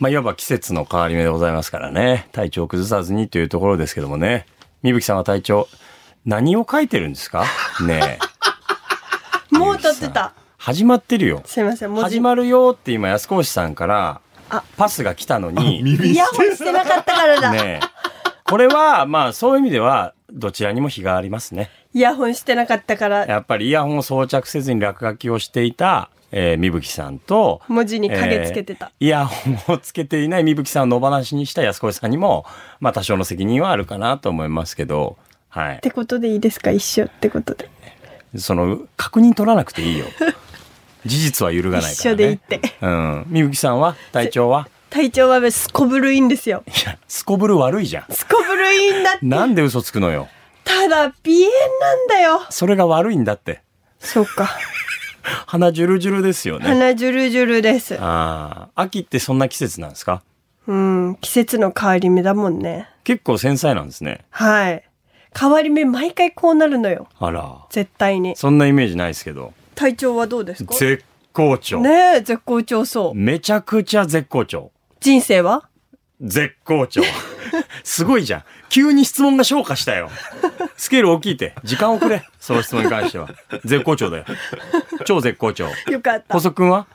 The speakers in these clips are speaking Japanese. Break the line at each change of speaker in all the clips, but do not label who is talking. まあ、いわば季節の変わり目でございますからね。体調を崩さずにというところですけどもね。みぶきさんは体調、何を書いてるんですか ねえ。
もう立ってた。
始まってるよ。
すいません、もう
始まるよって今、安越さんから
あ、
パスが来たのに、ね
イヤホンしてなかったからだ。
え。これは、まあ、そういう意味では、どちらにも非がありますね。
イヤホンしてなかったから、
やっぱりイヤホンを装着せずに落書きをしていた、えー、みぶきさんと、
文字に影つけてた。
えーイヤホンをつけていないみぶきさんを野放しにした安越さんにも、まあ多少の責任はあるかなと思いますけど、は
っ
い。
てことでいいですか一緒ってことで。
その、確認取らなくていいよ。 事実は揺るがないからね。
一緒でいいって
うん。みぶきさんは体調 は
体調はすこぶるいいんですよ。
いや、すこぶる悪いじゃん。
すこぶるいいんだって。
なんで嘘つくのよ。
ただ、鼻炎なんだよ。
それが悪いんだって。
そうか。
鼻ジュルジュルですよね。
鼻ジュルジュルです。
ああ、秋ってそんな季節なんですか
うん、季節の変わり目だもんね。
結構繊細なんですね。
はい。変わり目、毎回こうなるのよ。
あら。
絶対に。
そんなイメージないですけど。
体調はどうですか
絶好調。
ねえ、絶好調そう。
めちゃくちゃ絶好調。
人生は
絶好調。すごいじゃん。急に質問が消化したよ。スケール大きいって。時間をくれ。その質問に関しては。絶好調だよ。超絶好調。
よかった。
細くんは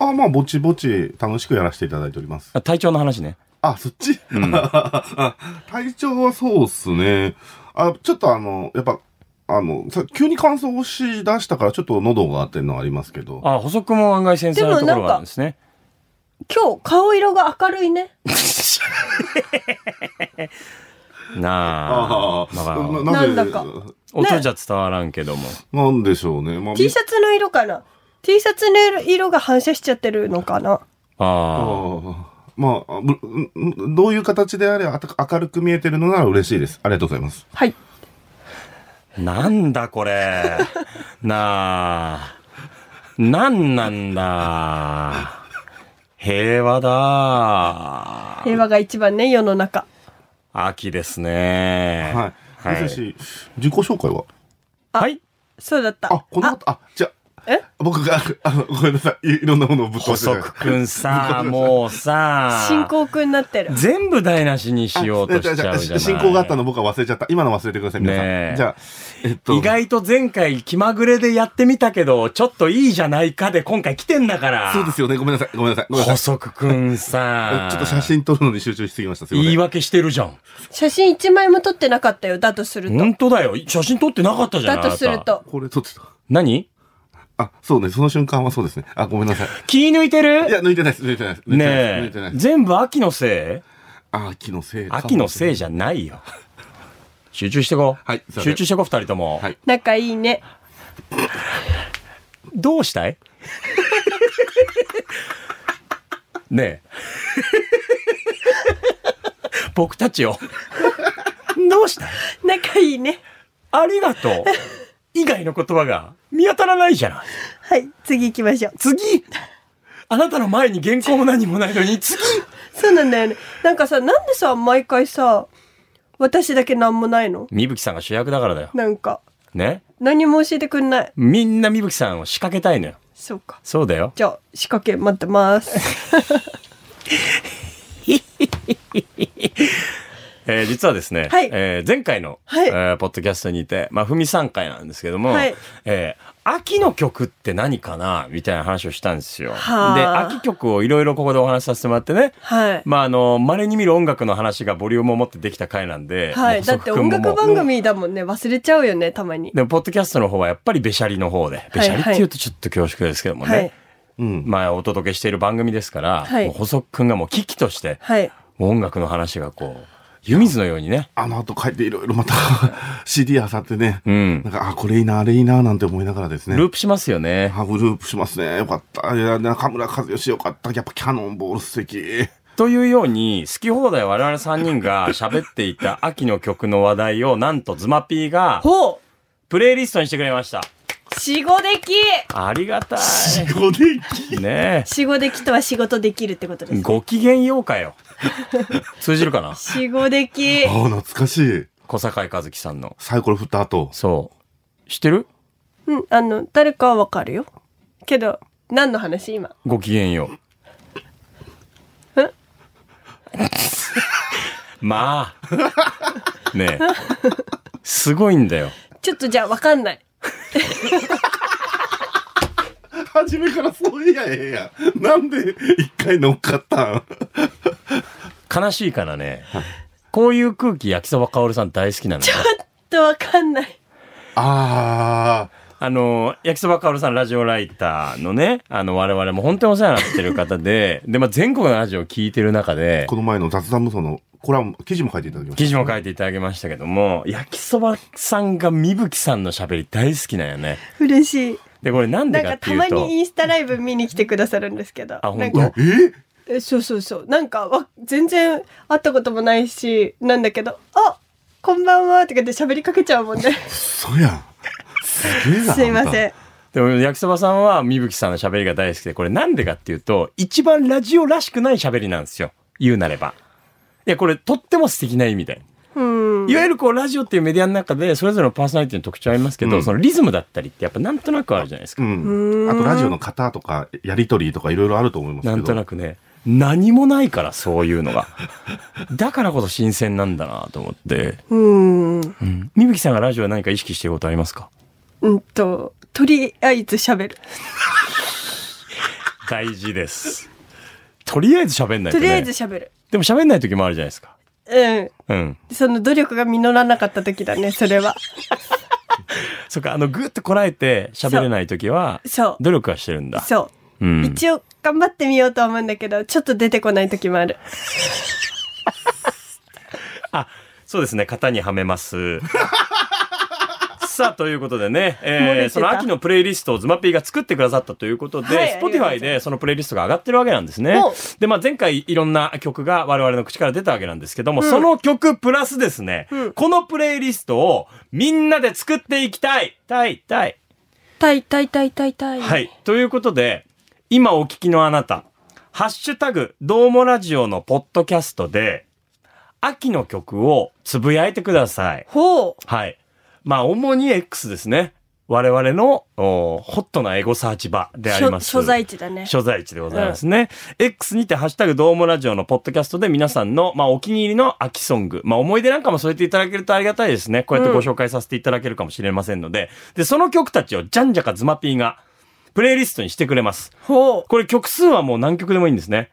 あ、まあ、ぼちぼち楽しくやらせていただいております。
あ体調の話ね。
あ、そっち、
ん
あ体調はそうっすね。あ、ちょっとあの、やっぱ、あの、さ急に乾燥しだしたから、ちょっと喉がってるのはありますけど。
あ、細くんも案外繊細なところがあるんですね。
今日、顔色が明るいね。
なあ。まあまあ
な
なんだか
音じゃ伝わらんけども。
なんでしょうね。まあ、
T シャツの色かな ?T シャツの色が反射しちゃってるのかな
ああ。
ああまあ、ぶんどういう形であれあた明るく見えてるのなら嬉しいです。ありがとうございます。
はい。
なんだこれ。なあ。なんなんだ。平和だ。
平和が一番ね、世の中。
秋ですね。
はい。
はい
ですし、自己紹介は
はい。
そうだった。
あ、この後、あ、じゃあ
え
僕が、あの、ごめんなさい。いいろんなものをぶっ壊して
細くんさ、もうさ、
進行くになってる。
全部台無しにしようとしちゃうじゃない。
進行があったの僕は忘れちゃった。今の忘れてください、皆さん。
ねえ
じゃあ、えっと。
意外と前回気まぐれでやってみたけど、ちょっといいじゃないかで今回来てんだから。
そうですよね。ごめんなさい。ごめんなさい。ごめんなさい。。
細くくんさ
ちょっと写真撮るのに集中しすぎました。すいません。
言い訳してるじゃん。
写真一枚も撮ってなかったよ。だとすると。
本当だよ。写真撮ってなかったじゃん。
だとす
あ
る
なた。
と。
これ撮ってた。
何
あ、そうね。その瞬間はそうですね。あ、ごめん なさい。
気抜いてる
いや、抜いてないです。抜いてないです。抜いてないです抜
ね
いてな
え
い。です。
全部秋のせい
あ、秋のせいかもしれない。
秋のせいじゃないよ。集中してこう。
はいすいません
集中してこう、二人とも。
はい
仲いいね。
どう したいねえ。僕たちを。どうしたい
仲いいね。
ありがとう。以外の言葉が見当たらないじゃない。
はい。次行きましょう。
次あなたの前に原稿も何もないのに、 次
そうなんだよね。なんかさ、なんでさ、毎回さ、私だけなんもないの
みぶきさんが主役だからだよ。
なんか、
ね。
何も教えてくんない。
みんなみぶきさんを仕掛けたいのよ。
そうか。
そうだよ。
じゃあ、仕掛け待ってます。
えー実はですね、
はい
えー前回の、
はい
えーポッドキャストにて、まあ、ふみ3回なんですけども、
はい
えー秋の曲って何かなみたいな話をしたんですよ。で、
はあ
秋曲をいろいろここでお話しさせてもらってね、
はい。
まあ、あの、稀に見る音楽の話がボリュームを持ってできた回なんで、
はい。だ
細
って
く君も
音
も
楽
う
番組だもんね。忘れちゃうよね、たまに。
でも、ポッドキャストの方はやっぱりべしゃりの方で、べしゃりって言うとちょっと恐縮ですけどもね、
はい。
うん。
まあ、お届けしている番組ですから、
はい
もう細くくんがもう危機として、
はい。
もう音楽の話がこう、湯水のようにね、
あの後帰っていろいろまた CD 漁ってね。
うん
なんか、あ、これいいな、あれいいな、なんて思いながらですね。
ループしますよね。
ハブループしますね。よかった。いや、中村和義よかった。やっぱキャノンボール素敵。
というように、好き放題我々3人が喋っていた秋の曲の話題を、なんとズマピーが、
ほ
プレイリストにしてくれました。
う死後でき
ありがた
ご年
い。ね
死後できとは仕事できるってことで
え。
す。
ご機嫌ようかよ。通じるかな
死後でき
ああ、懐かしい。
小坂井和樹さんの。
サイコロ振った後。
そう。知ってる
うん、あの、誰かはわかるよ。けど、何の話今。
ご機嫌よう。 まあ。ねえ。すごいんだよ。
ちょっとじゃあわかんない。
初めからそういやええやん。なんで一回乗っかったん
悲しいからね。こういう空気、焼きそばかおるさん大好きなのよ。
ちょっとわかんない。
あ
あの、焼きそばかおるさん、ラジオライターのね、あの、我々も本当にお世話になってる方で、 で、まあ、全国のラジオを聞いてる中で
ー、この前の雑談無双のコラム、記事も書いていただきました。
記事も書いていただきましたけども、焼きそばさんがみぶきさんの喋り大好きなんよね。
嬉しい。
で、これなん
な
で
ん
かっ
か
て
た
いう
ま
と、
にインスタライブ見に来てくださるんですけど。
あ
な
本
んか
当
え
えそうそうそう。なんかわ全然会ったこともないし、なんだけど、あこんばんはとかで喋りかけちゃうもん ね。
そやん。すげえな。
すいませ
ん。
ん。
でも焼きそばさんはみぶきさんの喋りが大好きで、これなんでかっていうと、一番ラジオらしくない喋りなんですよ。言うなれば。いや、これとっても素敵な意味で。
うん。
いわゆるこう、ラジオっていうメディアの中で、それぞれのパーソナリティの特徴ありますけど、
うん
そのリズムだったりってやっぱなんとなくあるじゃないですか。
うん。あとラジオの型とか、やりとりとかいろいろあると思いますけど。
なんとなくね、何もないから、そういうのが。 だからこそ新鮮なんだなと思って。
うん。
うん。みぶきさんがラジオで何か意識してることありますか
うんと、とりあえず喋る。
大事です。とりあえず喋んない
と
とね。
りあえず喋る。
でも喋んない時もあるじゃないですか。
う
う
ん。
ん。
その努力が実らなかった時だね、それは。
そっか、あの、ぐっとこらえて喋れない時は、
そう。
努力はしてるんだ。
そう。
う。ん。
一応頑張ってみようとは思うんだけど、ちょっと出てこない時もある。
あ、そうですね。型にはめます。さあ、ということでね、
漏れ
えー
てた
その秋のプレイリストをズマピーが作ってくださったということで、
はい
Spotify でそのプレイリストが上がってるわけなんですね
おう。
で、まあ前回いろんな曲が我々の口から出たわけなんですけども、その曲プラスですね、
うん
このプレイリストをみんなで作っていきたいたいたい
たいたいたいたいたい。
はい。ということで、今お聞きのあなた、ハッシュタグ、どうもラジオのポッドキャストで、秋の曲をつぶやいてください。
ほう。
はい。まあ、主に X ですね。我々の、おホットなエゴサーチ場であります。
所所在地だね。
所在地でございますね。X にて、ハッシュタグ、どうもラジオのポッドキャストで皆さんの、まあ、お気に入りの秋ソング、まあ、思い出なんかも添えていただけるとありがたいですね。こうやってご紹介させていただけるかもしれませんので、で、その曲たちを、じゃんじゃかズマピーが、プレイリストにしてくれます。
ほ
これ曲数はもう何曲でもいいんですね。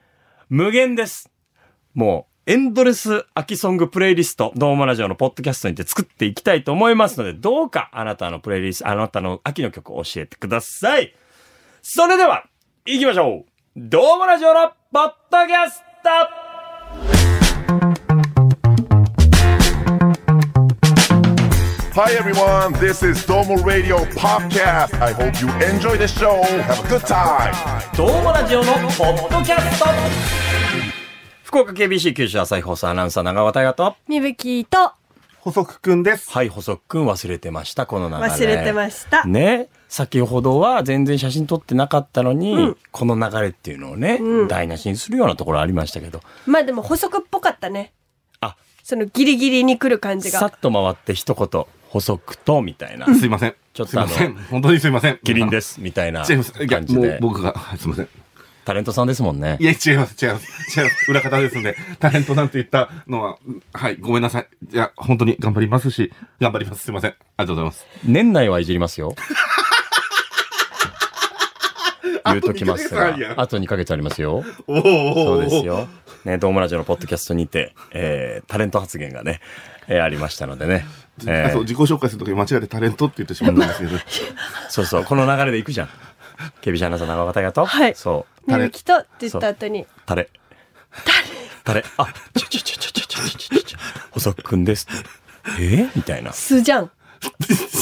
無限です。もう、エンドレス秋ソングプレイリスト、ドームラジオのポッドキャストにて作っていきたいと思いますので、どうかあなたのプレイリスト、あなたの秋の曲を教えてください。それでは、行きましょうドームラジオのポッドキャスト
Hi everyone, this is Domo Radio Podcast. I hope you enjoy the show. Have a good time.
ドームラジオのポッドキャスト福岡 KBC 九州朝日放送アナウンサー長尾大和と
う。みぶきと
細くくんです。
はい、細くん忘れてました、この流れ。
忘れてました。
ね先ほどは全然写真撮ってなかったのに、
うん
この流れっていうのをね、
うん
台無しにするようなところありましたけど
まあでも補足っぽかったね。
あ
そのギリギリに来る感じ
さ
が。
っと回って一言「細くと」みたいな
すいません。
ちょっと
すいません。本当にすいません。。
「キリンですす」みたいな
違い
感
ます。いや、
じ
もう
で
僕が、はいすいません。
タレントさんですもんね
いや、違います、違います。違います。裏方ですんで、タレントなんて言ったのは、うんはい、ごめんなさい。いや、本当に頑張りますし、頑張ります。すいません。ありがとうございます。
年内はいじりますよ言うときますが
あと二ヶ月あるやん
あと2ヶ月ありますよ
おーおーおー
そうです。よ。ね、ドームラジオのポッドキャストにて、えー、タレント発言がね、えーありましたのでね。え
あ
ー
そう自己紹介するとき間違えてタレントって言ってしまったんですけ ど、
そうそう、この流れで行くじゃん。ケビシャンナさん、長岡がと。
はい
そう。
みぶきとって言った後に。
タレ。タレ。あ、ちょちょちょちょちょちょちょちょちょ。細くんですって。えみたいな。
素じゃん。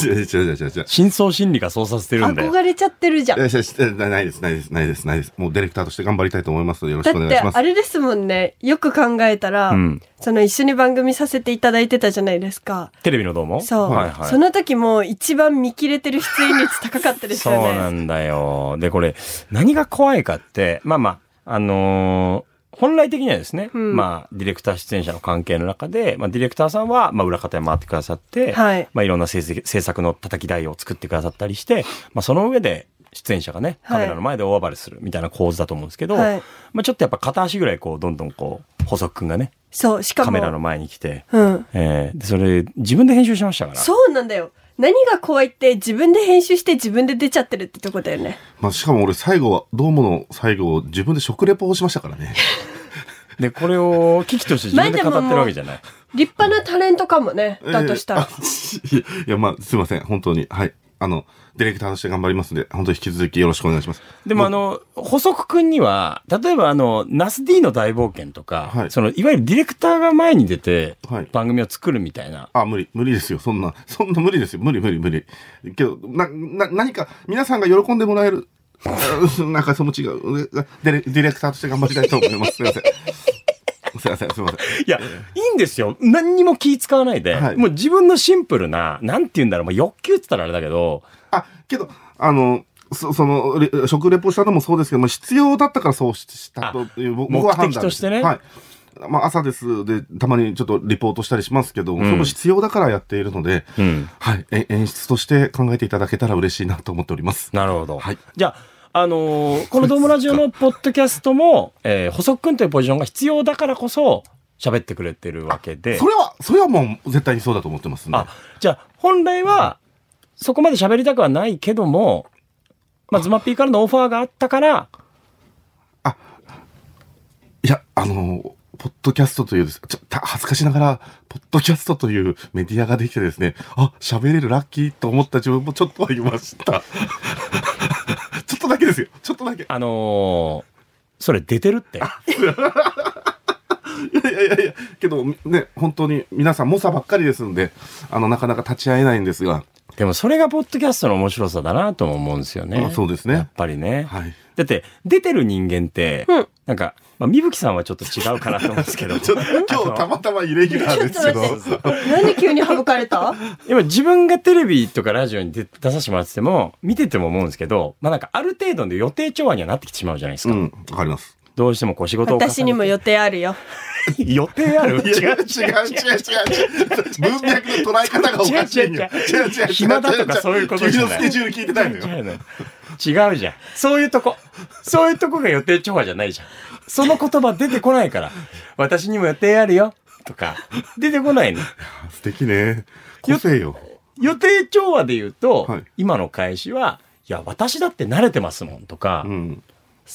違う違う違う違う違う。
真相心理がそうさせてるんだよ。
憧れちゃってるじゃん。だ
いや
っ
いやいやなないです、ないです、ないです、ないです。もうディレクターとして頑張りたいと思います。よろしくお願い
て
しま
あ
す。
れですもんね。よく考えたら、
うん
その一緒に番組させていただいてたじゃないですか。
テレビのどうも
そう、
はいはい。
その時も一番見切れてる出演率高かったです
そう
よね。
なんだよ。で、これ、何が怖いかって、まあまあ、あのー本来的にはですね、
うん
まあ、ディレクター出演者の関係の中で、まあ、ディレクターさんは、まあ、裏方へ回ってくださって、
はい
まあ、いろんな制作制作の叩き台を作ってくださったりして、まあ、その上で、出演者がね、
は
カ
い
メラの前で大暴れするみたいな構図だと思うんですけど、
はい
まあ、ちょっとやっぱ片足ぐらいこう、どんどんこう、細くんがね、
そう、しかも。
カメラの前に来て。
うん。
えーでそれ、自分で編集しましたから。
そうなんだよ。何が怖いって自分で編集して自分で出ちゃってるってとこだよね。
まあ、しかも俺最後は、どうもの最後、自分で食レポをしましたからね。
で、これを危機として自分で語ってるわけじゃない。
立派なタレントかもね。 だとしたら。
えー。あ いや、まあ、すいません。本当に。はい。あの、ディレクターとして頑張りますので、本当に引き続きよろしくお願いします。
でもあの、細くくんには、例えばあの、ナス D の大冒険とか、
はい
その、いわゆるディレクターが前に出て
はい、
番組を作るみたいな。
あ、無理、無理ですよ。そんな、そんな無理ですよ。無理、無理、無理。けど、な、な、何か、皆さんが喜んでもらえる、 うんなんかその違う、ディレディレクターとして頑張りたいと思います。すいません。すいません、すいません。
いや、いいんですよ。何にも気使わないで、
はい
もう自分のシンプルな、なんて言うんだろう、まあ、欲求って言ったらあれだけど、
あ、けど、あの、そその、レ食レポしたのもそうですけども、必要だったからそうししたという、僕僕は判断です
目的としてね
はい。まあ、朝ですで、たまにちょっとリポートしたりしますけど、その必要だからやっているので、
うん
はい、え演出として考えていただけたら嬉しいなと思っております。
なるほど。
はい
じゃあ、あのーこのドームラジオのポッドキャストも、えー、細くんというポジションが必要だからこそ、喋ってくれてるわけで
そ。れは、それはもう絶対にそうだと思ってますんで。
あ、じゃあ、本来は、そこまで喋りたくはないけども、まあ、ズマピーからのオファーがあったから、
いや、あの、ポッドキャストというです、ちょっと恥ずかしながら、ポッドキャストというメディアができてですね、あ、喋れるラッキーと思った自分もちょっとはいました。ちょっとだけですよ。ちょっとだけ。い
あのーそれ出てるって。
やいやいやいや、けどね、本当に皆さん猛者ばっかりですんで、あの、なかなか立ち会えないんですが、
でもそれがポッドキャストの面白さだなとも思うんですよね
あ。そうですね
やっぱりね。
はい。
だって、出てる人間って、
うん
なんか、まあ、みぶきさんはちょっと違うかなと思うんですけど。
ちょっと今日たまたまイレギュラーですけど
ち、ょっと待って。なんで急に省か れた
今自分がテレビとかラジオに出出させてもらってても、見てても思うんですけど、まあなんかある程度の予定調和にはなってきてしまうじゃないです
う
か。
ん、わかります。
どうしてもこう仕事を重ねて。
私にも予定あるよ。
予定ある
いや違う違う違う違う。文脈の捉え方がおかしいよ。
違う違う
違う違う違う
暇だとかそういうことじ
君
ゃ
の
ない
スケジュール聞いてないのよ。
違うの違うじゃん。そういうとこ。そういうとこが予定調和じゃないじゃん。その言葉出てこないから。私にも予定あるよ。とか。出てこないの。
素敵ね。個性よ。
予定調和で言うと、
はい
今の返しは、いや、私だって慣れてますもん。とか、
うん。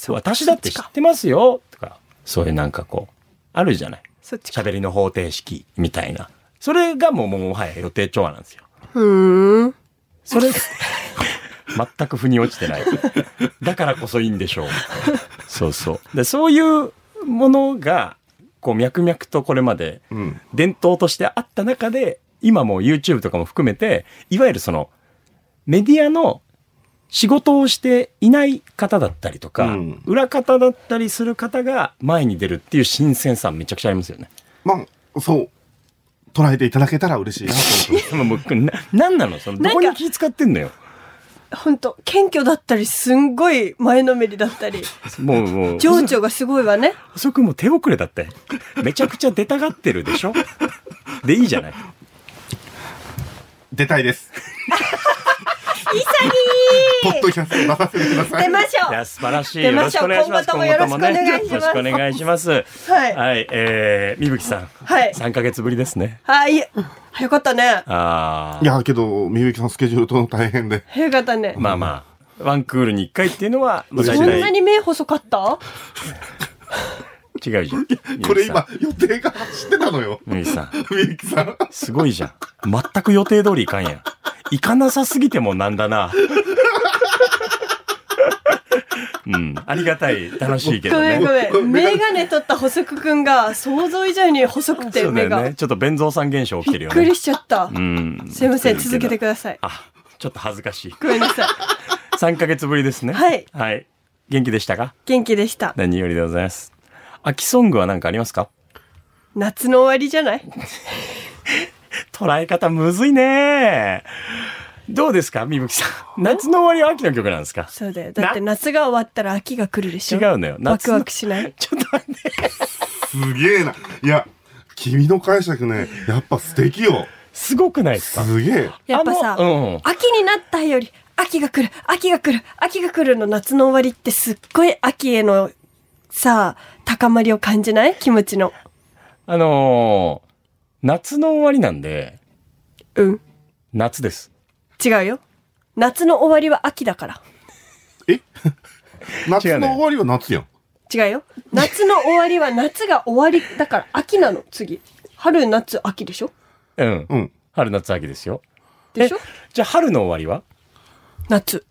私だって知ってますよ。とか、そういうなんかこう、あるじゃない。
そっちか。
喋りの方程式みたいな。それがもう、もうもはや予定調和なんですよ。
ふーん。
それ、 全く腑に落ちてない。だからこそいいんでしょう。そうそう。で、そういうものが、こう、脈々とこれまで、
うん。
伝統としてあった中で、今もう YouTube とかも含めて、いわゆるその、メディアの仕事をしていない方だったりとか、
うん
裏方だったりする方が前に出るっていう新鮮さめちゃくちゃありますよね。
まあ、そう。捉えていただけたら嬉しいなと思って
で ももう、な、なんなのその、どこに
なんか
気使ってんのよ。
ほんと、謙虚だったり、すんごい前のめりだったり、
もう、もう。
情緒がすごい わね。
細くんもう手遅れだって。めちゃくちゃ出たがってるでしょでいいじゃない。
出たい です。ポッドキャスト出させてくださ
出
い。
まし
い
ょ
や、
う
素晴らしい。
出
よろ
ま
し
し
く
ょ
お
う
願いします。
今後ともよろしくお願いします
よろしくお願いします。
はい
はい、えー、みぶきさん。
はい
3ヶ月ぶりですね。
はい。よかったね。
あ
い
ー。
や、けど、みゆきさんスケジュールとの大変で。
よかったね。
まあまあ、ワンクールに1回っていうのは、まあ、
そ
大
そ
事
ん
ない
なに目細かった
違うじゃん。
これ今、予定が走ってたのよ。
みぶきさん。みぶきさん、
みゆきさん。
すごいじゃん。全く予定通りいかんやん。行かなさすぎてもなんだな。うん、ありがたい、楽しいけ
ご
どね。
めんごめん。メガネ取った細くくんが想像以上に細くて
そうだ
目
よ
が。
ね。ちょっと弁蔵さん現象起きてる
びっ
よ
く
ね
り。しちゃった。
うん。
すいません、続けてく
ださい。
ださい。
あ、ちょっと恥ずかしい。
ごめんなさい。
3ヶ月ぶりですね。
はい
はい。元気でしたか
元気でした。
何よりでございます。秋ソングは何かありますか
夏の終わりじゃない
捉え方むずいねどうですかみぶきさ ん。夏の終わりは秋の曲なんですか
そうだよ。だって夏が終わったら秋が来るでし
違
ょ。
うのよ。
ワ
夏
ク
の
ワクしない。
ちょっと待って。
すげえな。いや、君の解釈ね、やっぱ素敵よ。
すごくないですか
すげえ。
やっぱさ、
あのうん
秋になったより、秋が来る、秋が来る、秋が来るの夏の終わりってすっごい秋へのさ、高まりを感じない気持ちの。
あのー夏の終わりなんで、
うん。
夏です。
違うよ。夏の終わりは秋だから。
夏の終わりは夏やん。
違うよ。夏の終わりは夏が終わりだから秋なの、次。春、夏、秋でしょ
うん。
うん。
春、夏、秋ですよ。
でしょ
じゃあ春の終わりは
夏。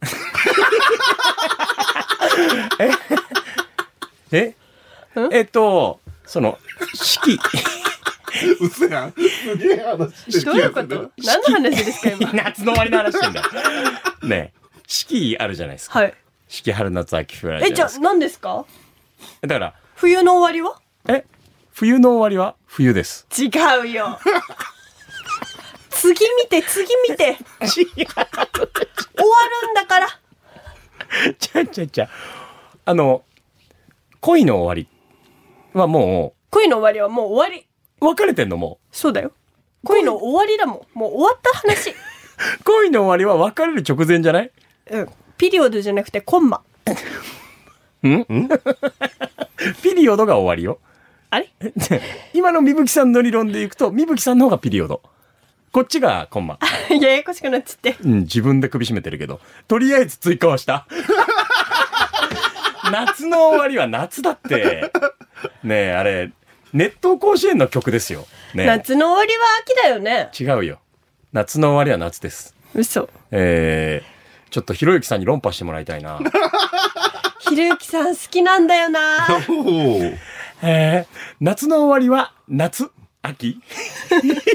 ええっと、その、四季。
嘘やん。すげえ話して
ど ういう こと何の話ですか、今。
夏の終わりの話してんだよ。 ねえ四季あるじゃないですか。
はい。
四季、春、夏、秋、冬ある
え、
じ
じ
ゃ
ゃ
ないで
あ
すか。
何ですか
だから、
冬の終わりは
え冬の終わりは冬です。
違うよ。 次見て、次見て。
違う。
終わるんだから。
ちゃちゃちゃ。あの、恋の終わりはも
恋の終わりはもう終わり。
う、別れてんのも
そうだよ。恋の終わりだもん。もう終わっ た話。
う。恋の終わりは別れる直前じゃない
うん。ピリオドじゃなくてコンマ。
ピリオドが終わりよ。
あれ
今のみぶきさんの理論でいくと、みぶきさんの方がピリオド。こっちがコンマ。
ややこしくなっちゃって。
うん、自分で首絞めてるけど。とりあえず追加はした。 夏の終わりは夏だって。ねえ、あれ、熱湯甲子園の曲ですよ。ね
夏の終わりは秋だよね。
え。違うよ。夏の終わりは夏です。
嘘。
えー、ちょっとひろゆきさんに論破してもらいたいな。
ひろゆきさん好きなんだよ な。
おー
えー、夏の終わりは夏秋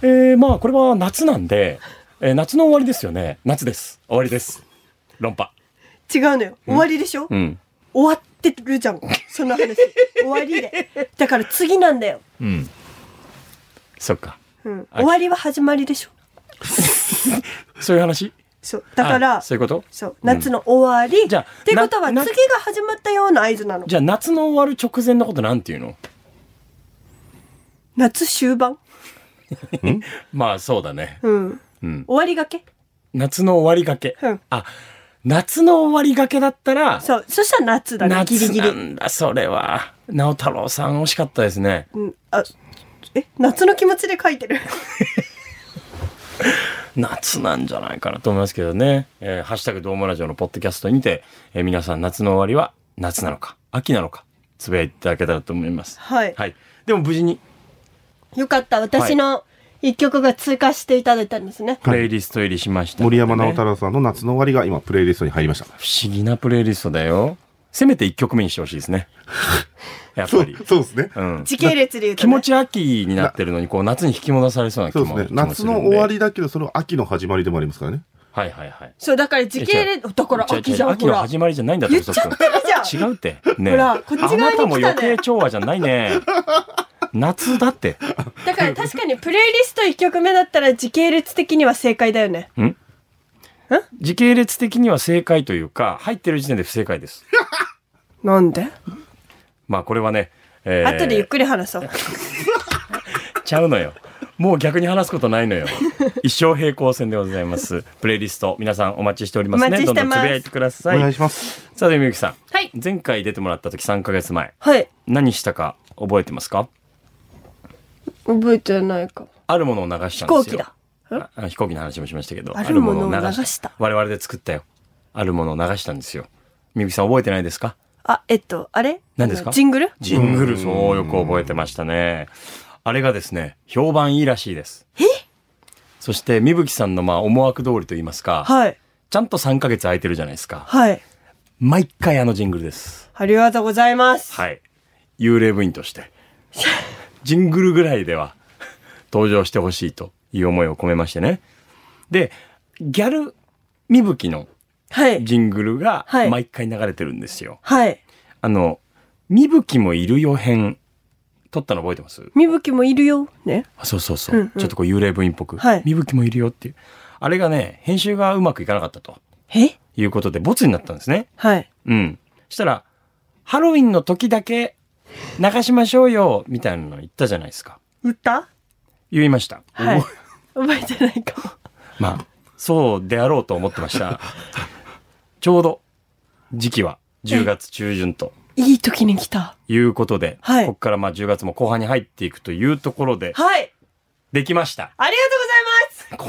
えー、まあこれは夏なんで、えー夏の終わりですよね。夏です。終わりです。論破。
違うのよ。終わりでしょ、
うん。
終わってるじゃん。その話。終わりで。だから次なんだよ。
うん。そっか。
うん。終わりは始まりでしょ
そういう話
そう。だから、
あそういうこと
そう。夏の終わり。
じゃあ
ってことは、
な
次
な
が始まったような合図なの。
じゃあ夏の終わる直前のことなんていうの
夏終盤。
まあそうだね。
うん。
うん。
終わりがけ。
夏の終わりがけ。
うん
あ、夏の終わりがけだったら、
そう。そしたら夏だね。ギリ
夏
ギ
な
リ。
んだ、それは。直太郎さん惜しかったですね。
うん。あ、え、夏の気持ちで書いてる。
夏なんじゃないかなと思いますけどね。えーハッシュタグドームラジオのポッドキャストにて、えー皆さん夏の終わりは夏なのか、秋なのか、つぶやいていただけたらと思います。
はい。
はい。でも無事に
よかった。私の一曲が追加していただいたんですね。
プレイリスト入りしました、
森山直太
郎。
朗さんの夏の終わりが今プレイリストに入りました。
不思議なプレイリストだよ。せめて1曲目にしてほしいですね。 やっ
そ
ぱ
う
り。、
そうですね。
うん。
時系列で言うと、
気
ね。
持ち秋になってるのに、こう夏に引き戻されそうな気
そう
も
ですね。
気もす
夏
るん
の
で
終わ。りだけど、それは秋の始まりでもありますからね。
はいはいはい。
そう、だから時系列、だから
違う違う
秋じゃん、
秋
ほ
の
ら。
始まりじゃないんだって、
言っちゃってるじゃん。
違うって。ねえ
ほらこっち側に来たね
あなたも余計調和じゃないね。夏だって。
だから確かにプレイリスト1曲目だったら時系列的には正解だよね。
時系列的には正解というか、入ってる時点で不正解です。
なんで、
まあこれはね、えー
後でゆっくり話そう。
ちゃうのよ。もう逆に話すことないの よ。一生平行線でございます。プレイリスト、皆さんお待ちしております
お
ね。
待ち
ど
し
んど
て
んつ
ま
ぶ
す
やいてくだ
お
さ
願い
い。
します。
さあ、でみゆきさん。
はい
前回出てもらった時3ヶ月前、
はい。
何したか覚えてますか
覚えてないかも。
あるものを流したんです
飛
よ。
行機だ。
ああの飛行機の話もしましたけど。
あるものを
ある
流した
我々で作ったよ。あるものを流したんですよ。みゆきさん覚えてないですか
あ、えっと、あれ
何ですか
あのジングル
ジングル、そうよく覚えてましたね。あれがですね、評判いいらしいです。そして、みぶきさんのまあ思惑通りと言いますか、
はい。
ちゃんと3ヶ月空いてるじゃないですか。
はい。
毎回あのジングルです。
ありがとうございます。
はい。幽霊部員と して。ジングルぐらいでは登場してほしいという思いを込めましてね。で、ギャルみぶきの
はい。
ジングルが
はい
毎回流れてるんですよ。
はい。
あの、みぶきもいるよ編、撮ったの覚えてます
みぶきもいるよ。ね。
あそうそうそう、
うんうん
ちょっとこう幽霊部員っぽく、
はい
みぶきもいるよっていうあれがね編集がうまくいかなかったと
え
いうことでボツになったんですね
はい。
うんしたらハロウィンの時だけ流しましょうよみたいなの言ったじゃないですか
言った
言いました、
はい
お。
覚えてないかも。
まあそうであろう と思ってましたちょうど時期は10月中旬と
いい時に来た。
いうことで、
はい
ここからまあ10月も後半に入っていくというところで、
はい。
できました。
ありがと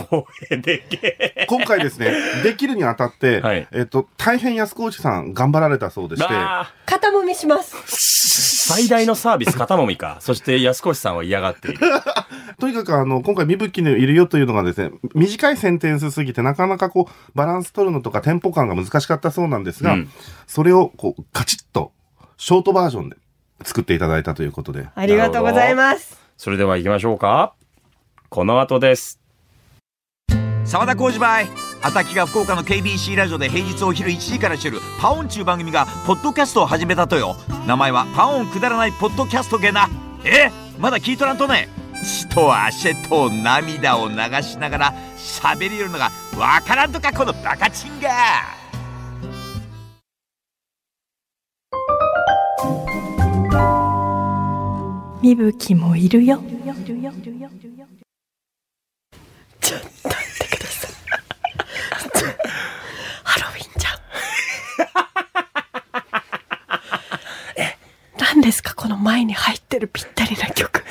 これでけえ。
今回です ね、できるにあたって、
はい
えっと、大変安子おじさん頑張られたそうでして、
あー
うございます。肩もみします。
最大のサービス肩もみか。そして安越さんは嫌がっている。
とにかくあの、今回、みぶきのいるよというのがですね、短いセンテンスすぎて、なかなかこう、バランス取るのとかテンポ感が難しかったそうなんですが、
うん
それをこう、ガチッと、ショートバージョンで作っていただいたということで、
ありがとうございます。
それでは行きましょうか。この後です。
沢田浩二バイアタキが福岡の KBC ラジオで平日お昼1時からしてる「パオン」ちゅう番組がポッドキャストを始めたとよ名前は「パオンくだらないポッドキャストゲな」えまだ聞いとらんとね血と汗と涙を流しながら喋りよるのがわからんとかこのバカチンが
みぶきもいるよ。
ちょっと待ってください。 ハロウィンじゃん。 え、何ですかこの前に入ってるぴったりな曲。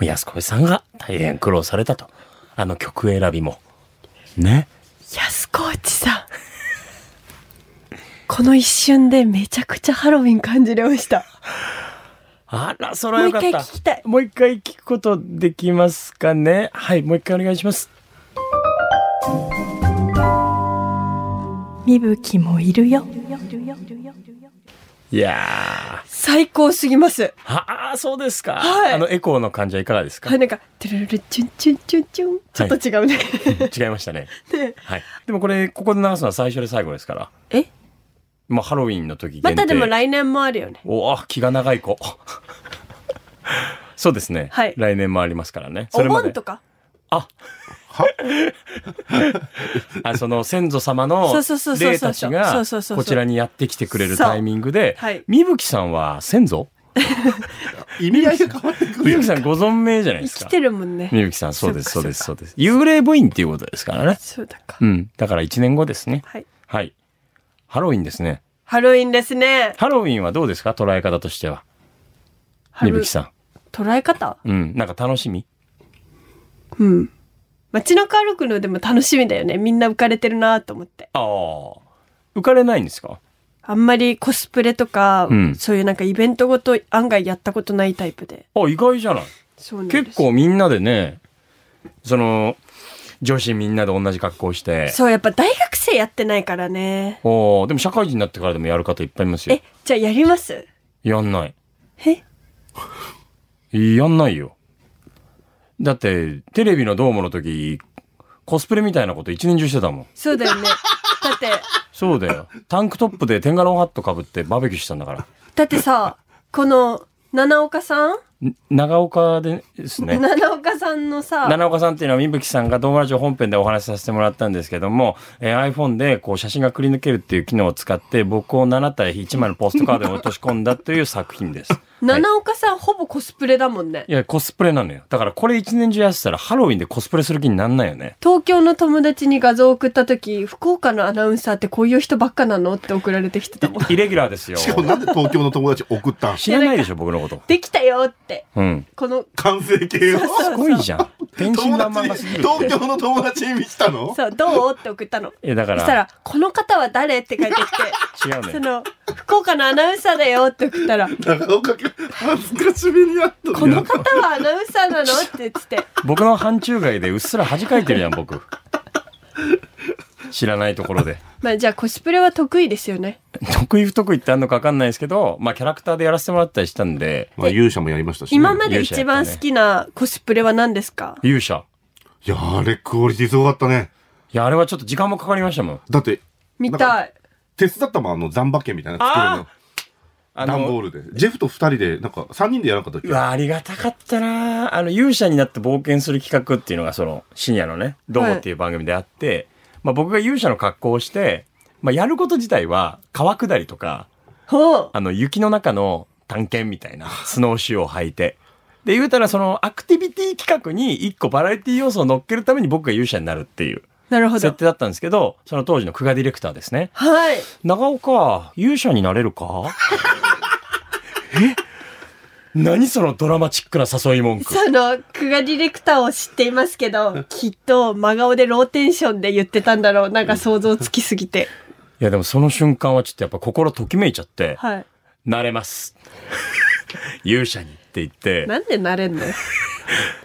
安越さんが大変苦労されたと。あの曲選びも。ね。
安河内さん。この一瞬でめちゃくちゃハロウィン感じれました。
あら、それはよかった。
もう一回聞きたい
もう一回聞くことできますかね。はい、もう一回お願いします。
みぶきもいるよ。
いや
最高すぎます。
ー。ああ、そうですか。
はい
あの、エコーの感じはいかがですか、
はい、なんか、トゥルルルチュンチュンチュンチュン。ちょっと違うね。
違いました ね。
ね
はい。でもこれ、ここで流すのは最初で最後ですから。
え
まあ、ハロウィンの時限定
またでも来年もあるよね。
おあ気が長い 子そうですね、
はい
来年もありますからねそ
お
れまで
盆とか。
あその先祖様の
そうそうそうそうそう
霊たち
そ
が
うそうそうそう
こちらにやってきてくれるタイミングで、
はい
みぶきさんは先祖
意味合いが変わってく
み
る
ぶ
よ
き。さんご存命じゃないで
生
す
き
か
てるもんね。
みぶきさんそうですそ
そうう
で
か
すそ
そう
です幽霊部員っていうことですからね
そうだか
う。んだから1年後ですね
はい。
はいハロウィンですね
ハロウィンですね。
ハロウィンはどうですか捉え方としては
ハ
み
ロ
ぶきさ
捉え方
んうんなんか楽しみ
うん。街中歩くのでも楽しみだよね。みんな浮かれてるなと思って。
ああ浮かれないんですか
あんまりコスプレとか、
うん
そういうなんかイベントごと案外やったことないタイプで。
あ意外じゃない
そうなんです
結構みんなでねその女子みんなで同じ格好して
そう、やっぱ大学生やってないからね。
おーでも社会人になってからでもやる方いっぱいいますよ
え、じゃあやります
やんない
え
やんないよだってテレビのドームの時コスプレみたいなこと一年中してたもん
そうだよね。だって、
そうだよタンクトップでテンガロンハットかぶってバーベキューしたんだから
だってさ、この、七岡さ ん、
ん長岡でですね
七岡さんのさ、
七岡さんっていうのは、みぶきさんがドームラジオ本編でお話しさせてもらったんですけども、えー iPhone でこう写真がくり抜けるっていう機能を使って、僕を7対1枚のポストカードに落とし込んだという作品です。はい
七岡さんほぼコスプレだもん ね
い。や、コスプレなのよ。だからこれ一年中やってたらハロウィンでコスプレする気になんないよね。
東京の友達に画像送った時、福岡のアナウンサーってこういう人ばっかなのって送られてきてたもん。
イレギュラーですよ。
しかもなんで東京の友達送ったん
知らないでしょ、僕のこと。
できたよって。
うん。
この、
完成形を。
すごいじゃん。 天真
友
爛
達
漫
に
がすぎるって。
東京の友達に見せたの
そう、どうって送ったの。
いや、だか
そした
ら、
ら、この方は誰って書いてき
違う
て、
ね
そ。の、福岡のアナウンサーだよって送ったら、
長岡君、恥ずかしめにやった
この方はアナウンサーなのって言ってて、
僕の範疇外でうっすら恥かいてるじゃん、僕。知らないところで。
まあじゃあコスプレは得意ですよね。
得意不得意ってあるのか分かんないですけど、まあ、キャラクターでやらせてもらったりしたんで
まあ、勇者もやりましたし、ね。
今まで一番好きなコスプレは何ですか
勇者
いや、あれクオリティすごかったね。
いやあれはちょっと時間もかかりましたもん
だって、
見たい。
手伝ったもん、あの、残馬券みたいなの作るの。
あ
段ボ
の
ールで。ジェフと二人で、なんか、三人でやらなかったっけ
うわありがたかったなあの勇者になって冒険する企画っていうのがその深夜のね「どうも」っていう番組であって、まあ、僕が勇者の格好をして、まあ、やること自体は川下りとか
ほう。
あの雪の中の探検みたいなスノーシューを履いてで言うたらそのアクティビティ企画に一個バラエティ要素を乗っけるために僕が勇者になるっていう
なるほ
設
ど。
定だったんですけどその当時の久我ディレクターですね
はい。
長岡、勇者になれるか何そのドラマチックな誘い文句。
その、久我ディレクターを知っていますけど、きっと真顔でローテンションで言ってたんだろう。なんか想像つきすぎて。
いやでもその瞬間はちょっとやっぱ心ときめいちゃって、
はい。
なれます。 勇者にって言って、
なんでなれんの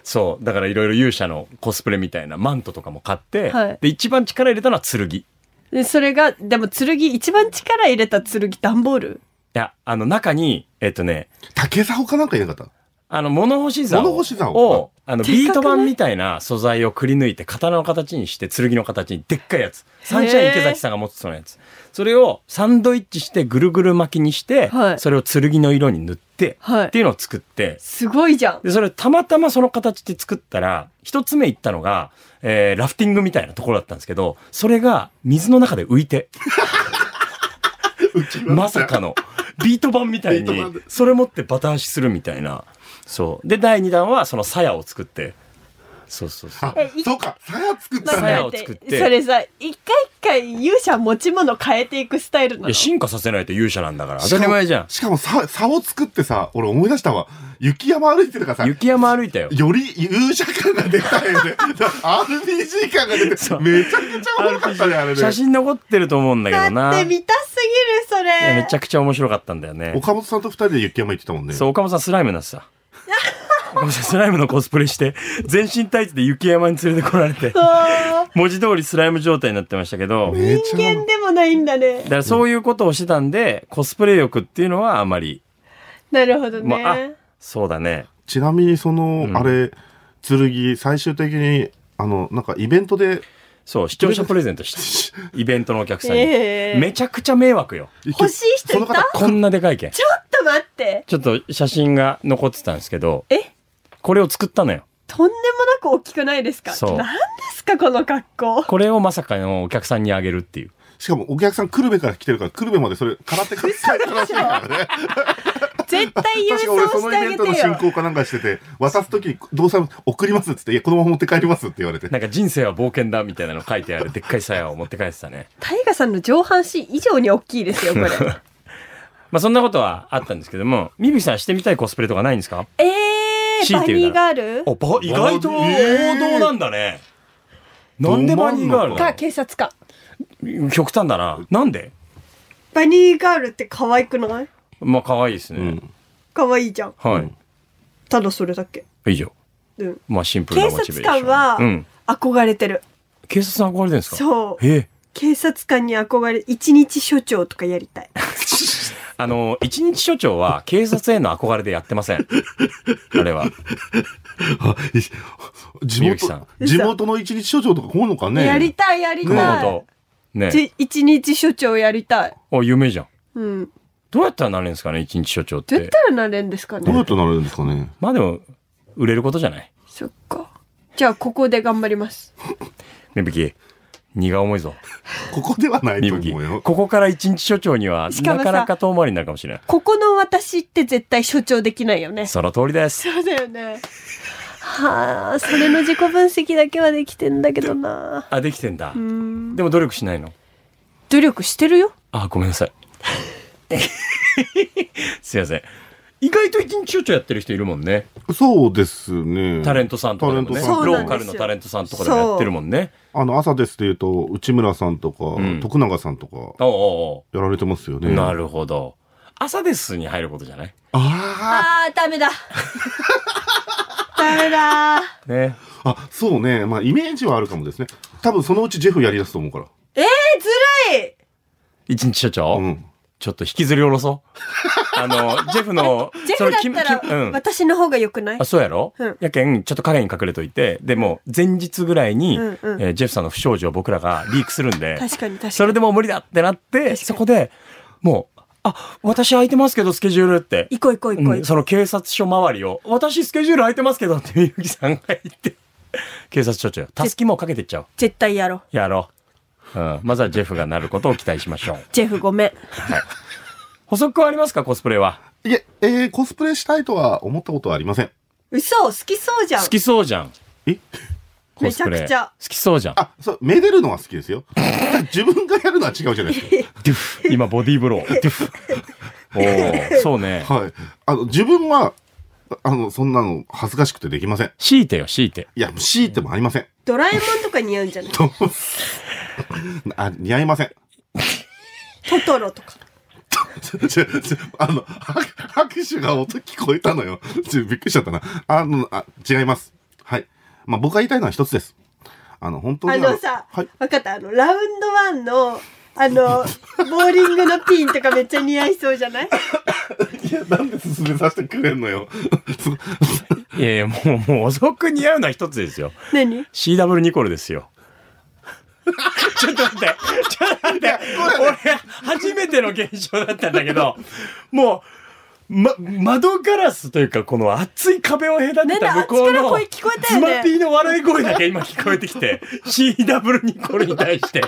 そう、だからいろいろ勇者のコスプレみたいなマントとかも買って、
はい
で、一番力入れたのは剣。い
で、それが、でも剣、一番力入れた剣、段ボール
や、あの中に、えっとね、
竹竿かなんかいなかった
あの、物干し竿
物干し竿
を、あの、
でかくない
ビート板みたいな素材をくり抜いて、刀の形にして、剣の形に、でっかいやつ。サンシャイン池崎さんが持ってそうなやつ。それをサンドイッチして、ぐるぐる巻きにして、
はい
それを剣の色に塗って、
はい
っていうのを作って、
すごいじゃん。
で、それたまたまその形で作ったら、一つ目行ったのが、えー、ラフティングみたいなところだったんですけど、それが水の中で浮いて、まさかの、ビート板みたい
ビ
に
ート板で、
それ持ってバタ足しするみたいな。そう。で、第2弾はその鞘を作って、そうそうそう。
あ
えい
そうか鞘作っ
まあ
た
鞘
ね
を
だ
作って
それさ、一回一回勇者持ち物変えていくスタイルないの
や、。進化させないと勇者なんだから。当たり前じゃん。
しかもさ竿作ってさ俺思い出したわ雪山歩いてるからさ
雪山歩いたよ。
より勇者感が出たよね RPG 感が出てめちゃ
そう
くちゃ面白かったねあれね
写真残ってると思うんだけどな。
だって
い
見たすぎる、そ
やめ
れ
ち。ゃくちゃ面白かったんだよね。
岡本さんと二人で雪山行ってたもんね
そう、岡本さんスライムなさ。岡本さんスライムのコスプレして、全身タイツで雪山に連れてこられて、
そう
文字通りスライム状態になってましたけど、
めち
人
ゃ
間でもないんだね
だ。からそういうことをしてたんで、コスプレ欲っていうのはあまり、
なるほど
まあ、あ
ね。
そうだね。
ちなみにその、
うん
あれ剣最終的にあのなんかイベントで
そう、視聴者プレゼントした。イベントのお客さんに。
ええ
めちゃくちゃ迷惑よ。
欲しい人いた
その方
こんなでかいけん。
ちょっと待って。
ちょっと写真が残ってたんですけど、
え
これを作ったのよ。
とんでもなく大きくないですか
そう
何ですかこの格 好。
これをまさかのお客さんにあげるっていう。
しかもお客さん久留米から来てるから久留米までそれ空手から帰ったらしいからね
絶対郵
確か俺
送
そ
し
の
て
イ
あ
ベ
げ
ントの
て
進
よ。
行かなんかしてて渡す時にどうさ送りますっつっていやこのまま持って帰りますって言われて
なんか人生は冒険だみたいなの書いてあるでっかい鞘を持って帰ってたね。
タイガさんの上半身以上に大きいです よ、これ。
まあそんなことはあったんですけど も、みぶきさんしてみたいコスプレとかないんですか
えー、
強い
バ
て
ニ
言
ー
うな
ガール
あ、ば、意外と王道なんだね。なんでバニーガール
か
な
警察か。
の極端だな。なんで
バニーガールって可愛くない
まあ可愛いですね。
うん
可愛いじゃん。
は
うん
い。
ただそれだけ。
以上。
うん。
まあシンプルな
警
モチベー
察
ション。
官は
うん。
憧れてる。
警察に憧れてるんですか
そう。
ええ。
警察官に憧れ、一日署長とかやりたい。
あの、一日署長は警察への憧れでやってませ ん。あれは。
あい地
みゆきさ
元地元の一日所長とか来んのかね
やりたい、やり
熊
たい
本。。ね。
じ一日署長やりたい。
あ、有名じゃん。
うん。
どうやったらなれるんですかね、一日署長っ
どうやってた。らなれんですか
どうや
ね
っ。てなれるんですかね
まあでも、売れることじゃない。
そっか。じゃあ、ここで頑張ります。
みぶき、荷が重いぞ。
ここではない
み
と
ぶき。
思うよ
ここから一日署長には、
しかも
な
さ
かなか遠回りになるかもしれない。
ここの私って絶対所長できないよね。
その通りです。
そうだよね。はあ、それの自己分析だけはできてんだけどな。
あ、できてんだ
う。ん。
でも努力しないの。
努力してるよ。
あ、ごめんなさい。 すいません。意外と一日署長やってる人いるもんね。
そうですね
タレントさんとかでも
タレ
ね。
ン
ロ
トさん
そうな
ー
んですよ
カルのタレントさんとかでもやってるもんね。
あの朝ですって言うと内村さんとか、
ん
徳永さんとか
おうおうおう。
やられてますよね
なるほど。朝ですに入ることじゃない
あ
あ
あ、ダ メだ。ダメだ。
ね。
ああそうねまあイメージはあるかもですね多分そのうちジェフやりだすと思うから
ええずるい。
一日署長、
うん
ちょっと引きずり下ろそう。あの、ジェフの、
ジェ
それ
フ
き
だった
き
ら、
うん。
私の方が良くない
あ、。そうやろ、
うん
やけん、ちょっと影に隠れといて、でも、前日ぐらいに、
うんうん
えージェフさんの不祥事を僕らがリークするんで、
確かに確かに。
それでもう無理だってなって、そこで、もう、あ、私空いてますけど、スケジュールって。
行こう行こう行こう
うんその警察署周りを、私スケジュール空いてますけどって、みゆきさんが言って、 警察署長、たすきもかけてっちゃおう。
絶対やろう。
やろう。うん。まずはジェフがなることを期待しましょう。
ジェフごめん。
補足はありますかコスプレは。
いええーコスプレしたいとは思ったことはありません
嘘好きそうじゃん
好。きそうじゃん。
え
コスプレ
めちゃくちゃ
好きそうじゃん。
あそうめでるのは好き ですよ自分がやるのは違うじゃないですか
ドゥフ。今、ボディーブロー。ドゥフ。 おーそうね。
はい。あの、自分は、あの、そんなの恥ずかしくてできません。
強いてよ、強いて。
いや、もう強いてもありません。
ドラえもんとか似合うんじゃない
と思うあ、似合いません。
トトロとか。
ちょちょちょあの、は拍手が音聞こえたのよ。ちょびっくりしちゃったな。あの、あ、違います。はい。まあ、僕が言いたいのは一つです。あの、本当に
あのさ、
はい。
わかった、あの、ラウンドワンの、あ の、ボーリングのピンとかめっちゃ似合いそうじゃない
いや、なんで進めさせてくれん のよ。
いやいや、もう、もう、遅く似合うのは一つですよ。
何
CW ニコルですよ。ちょっと待って、ちょっと待って、俺、初めての現象だったんだけど、もう、ま、窓ガラスというか、この厚い壁を隔てた向こう
ねえあっちから
の、
声聞こえたよね
スマピーの笑い声だけ今聞こえてき て、CW ニコルに対して、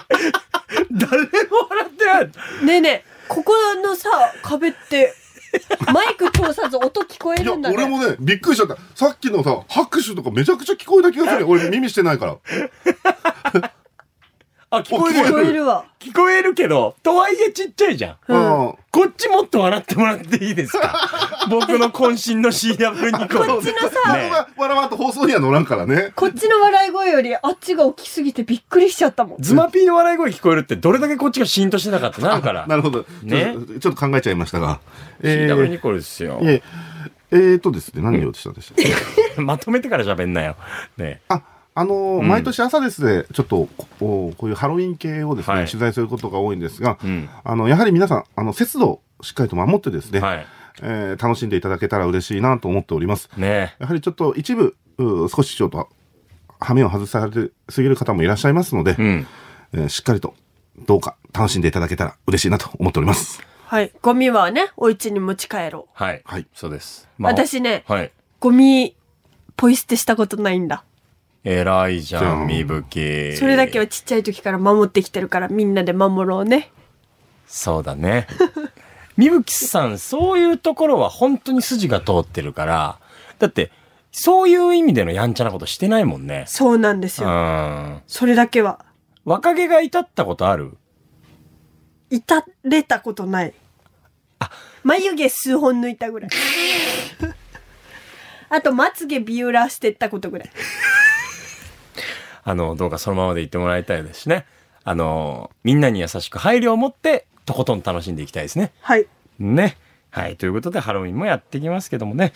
誰も笑ってない。
ねえねえ、ここのさ、壁って、マイク通さず音聞こえ
いや、
るんだね。
俺もね、びっくりしちゃった。さっきのさ、拍手とかめちゃくちゃ聞こえた気がするよ。俺耳してないから。
あ、聞こえ
聞こえ
る。
るわ。
聞こえるけど、とはいえちっちゃいじゃん。
うん。
こっちもっと笑ってもらっていいです か僕の渾身の CW ニコル。
こっちのさ
ねえ
わわらわと放送には乗らんからね。
こっちの笑い声よりあっちが大きすぎてびっくりしちゃったもん。
ズマピーの笑い声聞こえるってどれだけこっちがシーンとしてなかったなるから。
なるほど。
ね
ちょっとちょっと考えちゃいましたが。え
CW ニ
ー、
コルですよ。
ええーとですね、何を言おうとしたんでしたっけ
まとめてから喋んなよ。ね。
あ、あのー
うん
毎年朝ですね、ちょっとここうこういうハロウィン系をですね、
はい
取材することが多いんですが、
うん。
あの、やはり皆さん、あの、節度をしっかりと守ってですね、
はい。
えー楽しんでいただけたら嬉しいなと思っております。
ね
やはりちょっと一部、う少しちょっと、羽目を外されてすぎる方もいらっしゃいますので、
うん。
えーしっかりと、どうか楽しんでいただけたら嬉しいなと思っております。
はい。ゴミはね、お家に持ち帰ろう。
はい。
はい
そうです。
私ね、
はい。
ゴミ、ポイ捨てしたことないんだ。
偉いじ
じ
ゃ
ゃ
ん、
ん
みぶき。
それだけはちっちゃい時から守ってきてるからみんなで守ろうね。
そうだね。みぶきさん、そういうところは本当に筋が通ってるから。だって、そういう意味でのやんちゃなことしてないもんね。
そうなんです
う
よ。
ん。
それだけは。
若気が至ったことある
至れたことない。眉毛数本抜いたぐらい。 あと、まつげビューラーしてったことぐらい。
あの、どうかそのままで言ってもらいたいですしね。あの、みんなに優しく配慮を持って、とことん楽しんでいきたいですね。
はい。
ね。はい。ということで、ハロウィンもやってきますけどもね。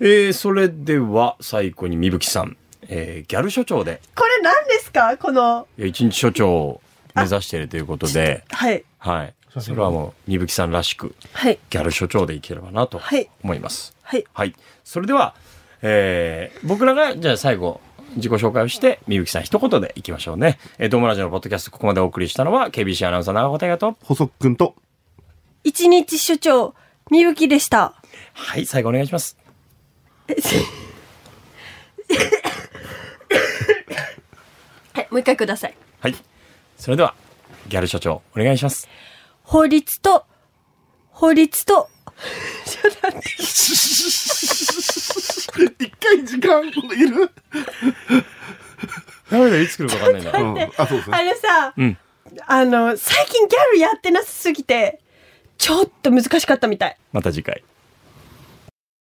えー、それでは、最後にみぶきさん。えー、ギャル所長で、
これ何ですかこの、
えー一日所長を目指しているということで、
はい。
はい。それはもう、みぶきさんらしく、
はい。
ギャル所長でいければなと
はい
思います。
はい。
はい。それでは、えー、僕らが、じゃあ最後、自己紹介をして、みゆきさん一言でいきましょうね。えー、ドームラジオのポッドキャスト、ここまでお送りしたのは、KBC アナウンサー長岡大和と、
細くんと、
一日所長、みぶきでした。
はい、最後お願いします。
はい、もう一回ください。
はい。それでは、ギャル所長、お願いします。
法律と、法律と、
一回時間いる、
ダメだ、いつ来るかわかん ないん
う
だ。
ん、あ、そうです
あ
ね。
れさ、
うん。
あの、最近ギャルやってなさすぎて、ちょっと難しかったみたい。
また次回。